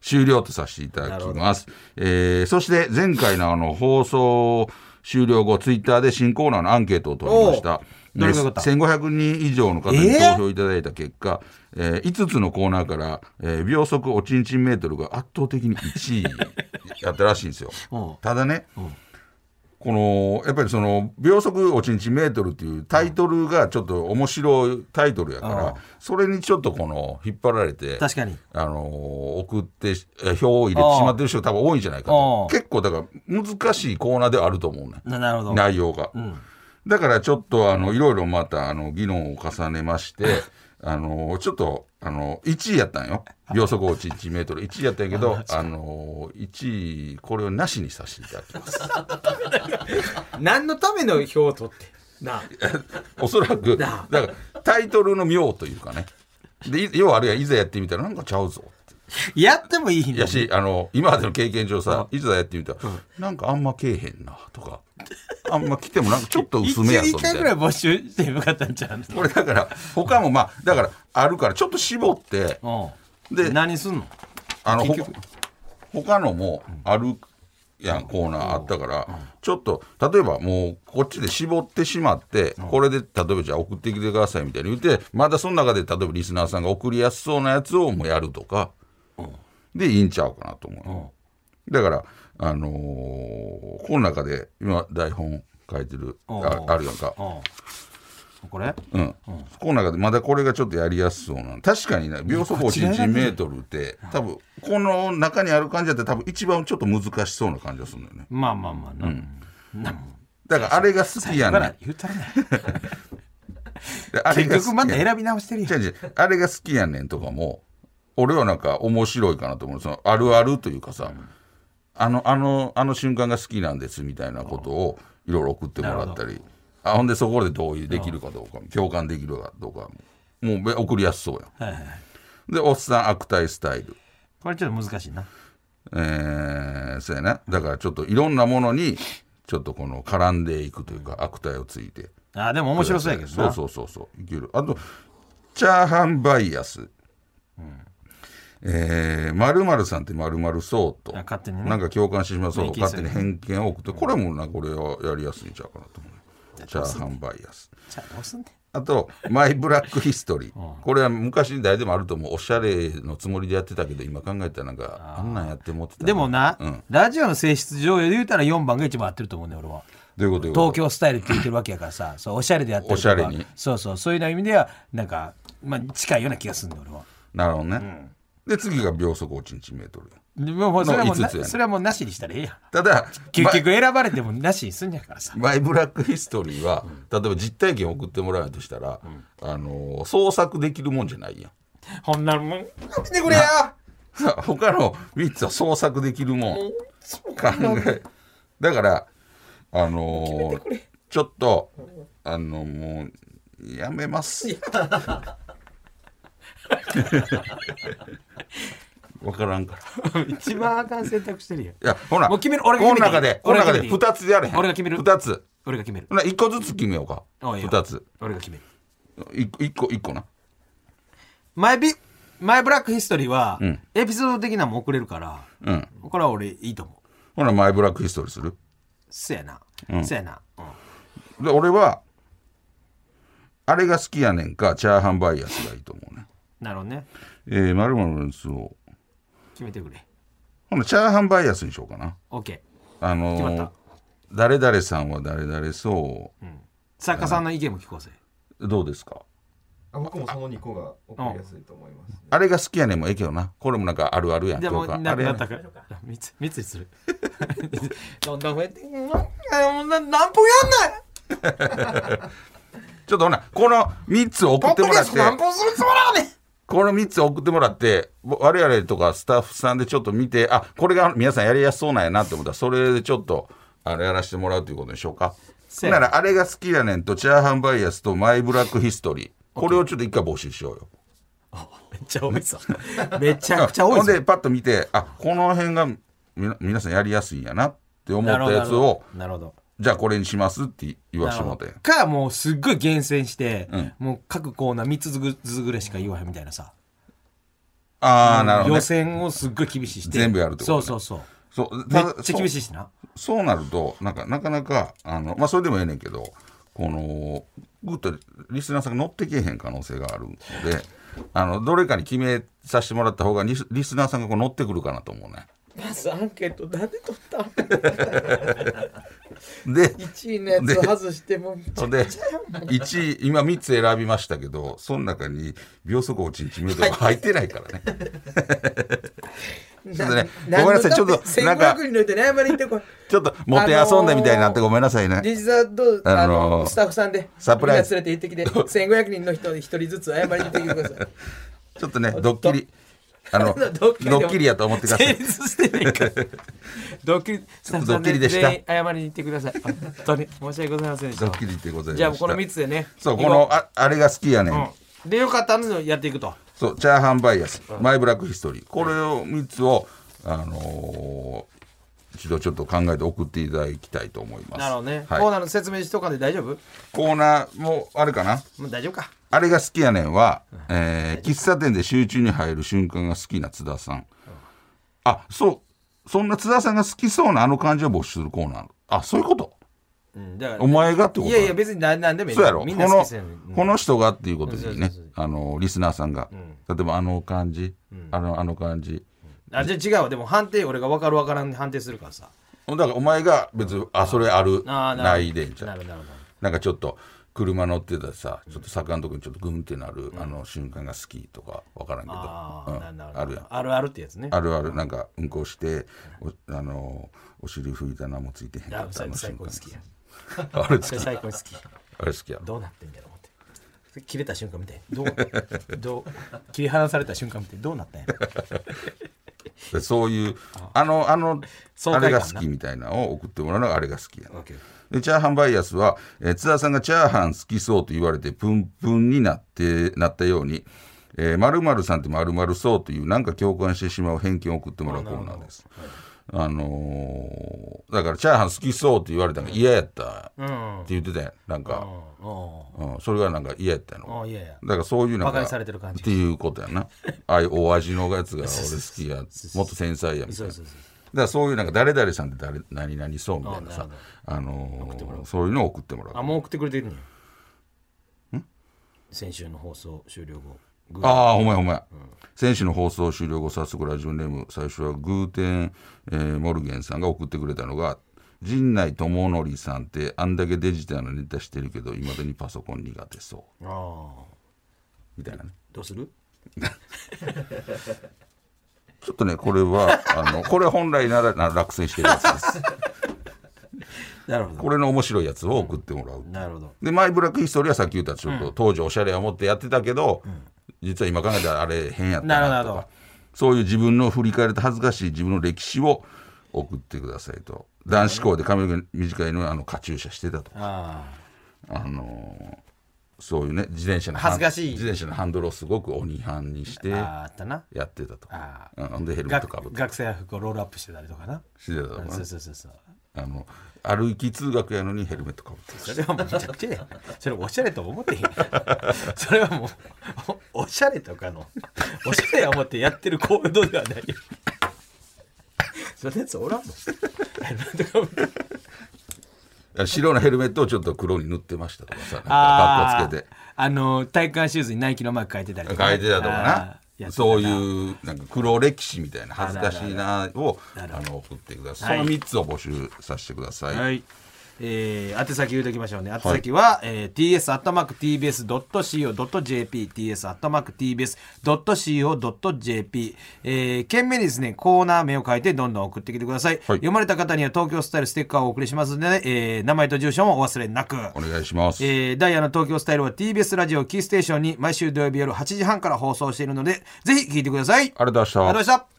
Speaker 2: 終了とさせていただきます、えーそして前回のあの放送終了後ツイッターで新コーナーのアンケートを取りました
Speaker 3: おうどれが良かった
Speaker 2: 1500人以上の方に
Speaker 3: えー
Speaker 2: 投票いただいた結果、えー5つのコーナーから、えー秒速おちんちんメートルが圧倒的に1位やったらしいんですよ
Speaker 3: おう。
Speaker 2: ただね、このやっぱりその「秒速おちんちんメートル」っていうタイトルがちょっと面白いタイトルやから、それにちょっとこの引っ張られて
Speaker 3: 確かに
Speaker 2: あのー送ってえ票を入れてしまってる人が多分多いんじゃないか
Speaker 3: あ
Speaker 2: と
Speaker 3: あ
Speaker 2: 結構だから難しいコーナーではあると思うね
Speaker 3: ななるほど
Speaker 2: 内容が、だからちょっとあのいろいろまたあの議論を重ねまして あのちょっとあの1位やったんよ秒速落ち1メートル1位やったんやけどあの1位これをなしにさせていただきます
Speaker 3: 何のための票を取ってなあ
Speaker 2: おそらくだ
Speaker 3: な
Speaker 2: からタイトルの妙というかねでい要はあれやいざやってみたらなんかちゃうぞって
Speaker 3: やってもいいん
Speaker 2: い
Speaker 3: だ
Speaker 2: やしあの今までの経験上さいざやってみたらなんかあんまけえへんなとかあんま来てもなんかちょっと薄めやぞ
Speaker 3: 一
Speaker 2: み
Speaker 3: 一
Speaker 2: たい
Speaker 3: 回
Speaker 2: な
Speaker 3: ぐらい募集してよかったんちゃう
Speaker 2: これだから他もまあだからあるからちょっと絞って
Speaker 3: の
Speaker 2: で
Speaker 3: 何すんの
Speaker 2: あの
Speaker 3: 結局
Speaker 2: ほ他のもあるやんコーナーあったから、ちょっと例えばもうこっちで絞ってしまって、これで例えばじゃあ送ってきてくださいみたいに言ってまだその中で例えばリスナーさんが送りやすそうなやつをもうやるとか、でいいんちゃうかなと思う、だからあのーこの中で今台本書いてるああるやんか、
Speaker 3: これ
Speaker 2: うん、この中でまだこれがちょっとやりやすそうな確かにな秒速1メートルって多分この中にある感じだって多分一番ちょっと難しそうな感じがするんだよね
Speaker 3: まあまあまあな。うん、
Speaker 2: だからあれが好きやねん
Speaker 3: ら言 うたらない。
Speaker 2: であれ
Speaker 3: 結
Speaker 2: が好き
Speaker 3: 局また選び直してるやん。
Speaker 2: 違う違うあれが好きやねんとかも俺はなんか面白いかなと思うそのあるあるというかさ、あのあのあの瞬間が好きなんですみたいなことをいろいろ送ってもらったりあほんでそこで同意できるかどうか共感できるかどうかもうべ送りやすそうやん
Speaker 3: はいはいはい
Speaker 2: でおっさん悪態スタイル
Speaker 3: これちょっと難しいな。
Speaker 2: えー、そうやなだからちょっといろんなものにちょっとこの絡んでいくというか悪態をついて
Speaker 3: あーでも面白そうやけどな。
Speaker 2: そうそうそうそういけるあとチャーハンバイアス、えー、〇〇さんって〇〇そうと
Speaker 3: あ勝手にね
Speaker 2: なんか共感してしまうそうと
Speaker 3: 明記す
Speaker 2: 勝手
Speaker 3: る
Speaker 2: に偏見を送ってこれもなこれはやりやすいんちゃうかなと思うチャーハンバイアス
Speaker 3: じゃあどうすんねん。
Speaker 2: あと「マイ・ブラック・ヒストリー」これは昔に誰でもあると思うおしゃれのつもりでやってたけど今考えたらなんかあんなんやって思ってたな
Speaker 3: でもな、
Speaker 2: うん
Speaker 3: ラジオの性質上で言うたら4番が一番合ってると思うね俺は。
Speaker 2: どういうことどういうこと
Speaker 3: 東京スタイルって言ってるわけやか らさ、そうおしゃれでやってるとか
Speaker 2: おしゃれに
Speaker 3: そうそう、そういうような意味では、なんか、まあ近いような気がするんだ俺は。
Speaker 2: なるほどね、で次が秒速1日メートル
Speaker 3: でもうそれはもう
Speaker 2: の
Speaker 3: な
Speaker 2: 五つやね
Speaker 3: それはもうなしにしたらええやん。
Speaker 2: ただ
Speaker 3: 結局選ばれてもなしにすんやからさ。
Speaker 2: マイブラックヒストリーは、例えば実体験送ってもらうとしたら、あのー創作できるもんじゃないやん。
Speaker 3: ほんならもう、見てく れや
Speaker 2: さあ他の3つは創作できるもん。考え。だから、あのーちょっと、あのもう、やめます。 わからんから。
Speaker 3: 一番あかん選択してるやん。
Speaker 2: いや、ほら、
Speaker 3: もう決める俺が決めていい
Speaker 2: この中で、この
Speaker 3: 俺が
Speaker 2: 中
Speaker 3: 決め
Speaker 2: で
Speaker 3: てい
Speaker 2: 2
Speaker 3: い
Speaker 2: つやれへん。
Speaker 3: 俺が決める
Speaker 2: 2つ。
Speaker 3: 俺が決める。
Speaker 2: ほな1個ずつ決めようか。
Speaker 3: あいいよ
Speaker 2: 2つ。
Speaker 3: 俺が決める。
Speaker 2: 1個、1個、一個な。
Speaker 3: マイビ、マイブラックヒストリーは
Speaker 2: ん、
Speaker 3: エピソード的なのも送れるから、
Speaker 2: うん。
Speaker 3: これは俺いいと思う。
Speaker 2: ほな、マイブラックヒストリーする
Speaker 3: そやな。そやな。うん
Speaker 2: で、俺は、あれが好きやねんか、チャーハンバイアスがいいと思うね。
Speaker 3: なるほどね。
Speaker 2: えー、まるまるですよ。
Speaker 3: 決めてくれ。
Speaker 2: ほな、チャーハンバイアスにしようかな。
Speaker 3: OK。
Speaker 2: あの
Speaker 3: 決ま
Speaker 2: ー
Speaker 3: っ、
Speaker 2: 誰々さんは誰々そ
Speaker 3: 作家さんの意見も聞こうぜ。
Speaker 2: う。どうですか
Speaker 5: あ僕もその2個が送りやすいと思います、ね。
Speaker 2: あれが好きやねんもええけどな。これもなんかあるあるやん。
Speaker 3: でも、
Speaker 2: 共感
Speaker 3: な
Speaker 2: あ
Speaker 3: く
Speaker 2: れ
Speaker 3: な
Speaker 2: や
Speaker 3: っ
Speaker 2: ね
Speaker 3: たから。三つ、三つにする。 どんどん増えて、うんもうな何分やんない
Speaker 2: ちょっとほな、この3つ送ってもらって、
Speaker 3: 本するつもりやねん
Speaker 2: この3つ送ってもらって、ぼ我々とかスタッフさんでちょっと見て、あ、これが皆さんやりやすそうなんやなって思ったら、それでちょっと、あれやらせてもらうということにしようか。
Speaker 3: せ
Speaker 2: ほん
Speaker 3: やな
Speaker 2: なら、あれが好きやねんと、チャーハンバイアスとマイブラックヒストリー。これをちょっと一回募集しようよ。
Speaker 3: めっちゃ多いぞ。めちゃ
Speaker 2: あ
Speaker 3: くちゃ多
Speaker 2: ほ
Speaker 3: い
Speaker 2: ん
Speaker 3: ぞ。
Speaker 2: で、パッと見て、あ、この辺がみな皆さんやりやすいんやなって思ったやつを、
Speaker 3: なるほど。
Speaker 2: じゃあこれにしますって言わしてもらって。
Speaker 3: か、もうすっごい厳選して、
Speaker 2: うん
Speaker 3: もう各コーナー3つずぐずぐらいしか言わへんみたいなさ。
Speaker 2: ああ、なるほど、
Speaker 3: 予
Speaker 2: ね。
Speaker 3: 選をすっごい厳しいして。
Speaker 2: 全部やるってことね
Speaker 3: そうそうそう。
Speaker 2: そう
Speaker 3: め
Speaker 2: ただ
Speaker 3: っちゃ厳しいしな。
Speaker 2: そうなるとなんかなかなかあの、まあ、それでもええねんけどこのぐっとリスナーさんが乗ってけえへん可能性があるのであのどれかに決めさせてもらった方がリスリスナーさんがこう乗ってくるかなと思うね。
Speaker 5: まずアンケートなんで取った
Speaker 2: で
Speaker 5: ?1 位のやつ外しても
Speaker 2: それで1位今3つ選びましたけどその中に秒速落ち1メートルが入ってないからね。ちょっとねごめんなさいちょっとなんか
Speaker 5: 1500人の人に謝りに行ってこい。
Speaker 2: ちょっと持って遊んだみたいになってごめんなさいね。
Speaker 5: リザード、あ
Speaker 2: あの
Speaker 5: の
Speaker 2: ー
Speaker 5: スタッフさんで、
Speaker 2: サプライズ
Speaker 5: みんな連れて行ってきて、1500人の人に1人ずつ謝りに行ってきてください。
Speaker 2: ちょっとねドッキリあの
Speaker 5: ド
Speaker 2: ド
Speaker 5: ッキリでも
Speaker 2: ッキリやと思ってくださ
Speaker 3: 成
Speaker 2: い。
Speaker 3: 立してないから。ドッキリ、スタッフさ
Speaker 2: ド
Speaker 3: ん
Speaker 2: ッキリでした
Speaker 3: 全員謝りに行ってください。本当に申し訳ございませんでし
Speaker 2: ド
Speaker 3: た
Speaker 2: ッ。キリってございました。
Speaker 3: じゃあこの3つでね。
Speaker 2: そう、このああれが好きやねん。
Speaker 3: うん。で、よかったのやっていくと。
Speaker 2: そう、チャーハンバイアス、マイブラックヒストリー。これを3つを、あのー一度ちょっと考えて送っていただきたいと思います。
Speaker 3: なるほどね。コ
Speaker 2: はい
Speaker 3: ーナーの説明しとかんで大丈夫
Speaker 2: コーナーもあれかな。
Speaker 3: もう大丈夫か。
Speaker 2: あれが好きやねんは、えー喫茶店で集中に入る瞬間が好きな津田さん。あ、そう、そんな津田さんが好きそうなあの感じを募集するコーナーあそういうこと
Speaker 3: うん、だから
Speaker 2: お前がってこと
Speaker 3: い
Speaker 2: だ
Speaker 3: やいや別に何何でもいい
Speaker 2: そうやろこ
Speaker 3: みんな
Speaker 2: の
Speaker 3: 好きそうやん
Speaker 2: この人がっていうことでいいね
Speaker 3: そうそうそう
Speaker 2: あのリスナーさんが、例えばあの感じ、あのあの感じ
Speaker 3: あじゃあ違うわでも判定俺が分かる分からんで判定するからさ
Speaker 2: だからお前が別に、あそれある
Speaker 3: あーなるほど
Speaker 2: ないでみたい
Speaker 3: な
Speaker 2: な
Speaker 3: るほどなるほ
Speaker 2: なんかちょっと車乗ってたらさちょっと坂のとこにちょっとグンってなる、あの瞬間が好きとか分からんけど
Speaker 3: どああ、な
Speaker 2: うん
Speaker 3: るほど
Speaker 2: あるやん
Speaker 3: あるあるってやつね
Speaker 2: あるあるなんかうんこしておあのお尻拭いたなもついてへんか
Speaker 3: あ
Speaker 2: った
Speaker 3: そ
Speaker 2: あ
Speaker 3: れ
Speaker 2: の
Speaker 3: 最
Speaker 2: 瞬
Speaker 3: 高
Speaker 2: 間
Speaker 3: に好きや
Speaker 2: あれ好
Speaker 3: それ
Speaker 2: き
Speaker 3: 最高に好き
Speaker 2: あれ好きや
Speaker 3: どうなってんだろう思ってそれ切れた瞬間見てどう どう切り離された瞬間見てどうなったんやろ
Speaker 2: でそういうあのあの
Speaker 3: 爽
Speaker 2: あ
Speaker 3: 快感
Speaker 2: れ
Speaker 3: な
Speaker 2: が好きみたいなのを送ってもらうのがあれが好きやな
Speaker 3: OK
Speaker 2: でチャーハンバイアスは、えー津田さんがチャーハン好きそうと言われてプンプンになってなったように「えー〇〇さんって〇〇そう」というなんか共感してしまう偏見を送ってもらうコーナーです。あのーだからチャーハン好きそうって言われたのが嫌やったって言ってたやんなんか、うんそれがなんか嫌やったの
Speaker 3: あいやいや
Speaker 2: だからそういうの
Speaker 3: 馬鹿にされてる感じ
Speaker 2: っていうことやなああいうお味のやつ が俺好きやもっと繊細やみたいなだからそういうなんか誰々さんって誰何々そうみたいなさあのーそういうのを送ってもらう
Speaker 3: あもう送ってくれてるのよ先週の放送終了後グー
Speaker 2: ああ、お前お前。選手の放送終了後、早速ラジオネーム、最初はグーテン、えーモルゲンさんが送ってくれたのが、陣内智則さんってあんだけデジタルなネタしてるけど、いまだにパソコン苦手そ
Speaker 3: ああ
Speaker 2: う。みたいなね。
Speaker 3: どうする
Speaker 2: ちょっとね、これは、あの、これは本来ならな落選してるやつです。
Speaker 3: なるほど
Speaker 2: これの面白いやつを送ってもらう。
Speaker 3: なるほど
Speaker 2: で、マイブラックヒストリーはさっき言ったちょっと、当時おしゃれを持ってやってたけど、実は今考えたらあれ変やった
Speaker 3: な
Speaker 2: な
Speaker 3: るほ
Speaker 2: と
Speaker 3: ど
Speaker 2: か、そういう自分の振り返ると恥ずかしい自分の歴史を送ってくださいと。男子校で髪の毛短いのにあのカチューシャしてたとか、
Speaker 3: あ
Speaker 2: あのーそういうね、自転車の
Speaker 3: 恥ずかしい
Speaker 2: 自転車のハンドルをすごく鬼半にして
Speaker 3: ああ
Speaker 2: や
Speaker 3: あったな
Speaker 2: ってたと。
Speaker 3: あ
Speaker 2: うんほんでヘルメットかぶ
Speaker 3: 学
Speaker 2: って
Speaker 3: 学生服をロールアップしてたりとかな
Speaker 2: してたとかね
Speaker 3: そうそうそうそう
Speaker 2: あの歩き通学やのにヘルメットかぶってた
Speaker 3: それはもうめちゃくちゃやんそれおしゃれとは思ってへんやんそれはもうおおしゃれとかのおしゃれは思ってやってる行動ではないよそんなやつおらんもん
Speaker 2: 白のヘルメットをちょっと黒に塗ってましたとかさ、なんか
Speaker 3: あ
Speaker 2: バ
Speaker 3: ー
Speaker 2: ッコつけて。
Speaker 3: あの体育館シューズにナイキのマーク書いてたりとか
Speaker 2: 書
Speaker 3: ね
Speaker 2: いてたとか
Speaker 3: あーや
Speaker 2: な
Speaker 3: ってた
Speaker 2: そういうなんか黒歴史みたいな恥ずかしいなを
Speaker 3: あらら
Speaker 2: あの送ってくだ
Speaker 3: は
Speaker 2: さ
Speaker 3: い
Speaker 2: いその3つを募集させてください、
Speaker 3: はい。えー、宛先言うときましょうね。宛先は、えー、ts.tbs.co.jp、ts.tbs.co.jp、えー、懸命にですね、コーナー名を書いてどんどん送ってきてください。読まれた方には東京スタイルステッカーをお送りしますので、えー、名前と住所もお忘れなく。
Speaker 2: お願いします、
Speaker 3: えーダイヤの東京スタイルは TBS ラジオキーステーションに毎週土曜日夜8時半から放送しているので、ぜひ聞いてくださ
Speaker 2: あ
Speaker 3: い。
Speaker 2: りがとうございました
Speaker 3: ありがとうございました。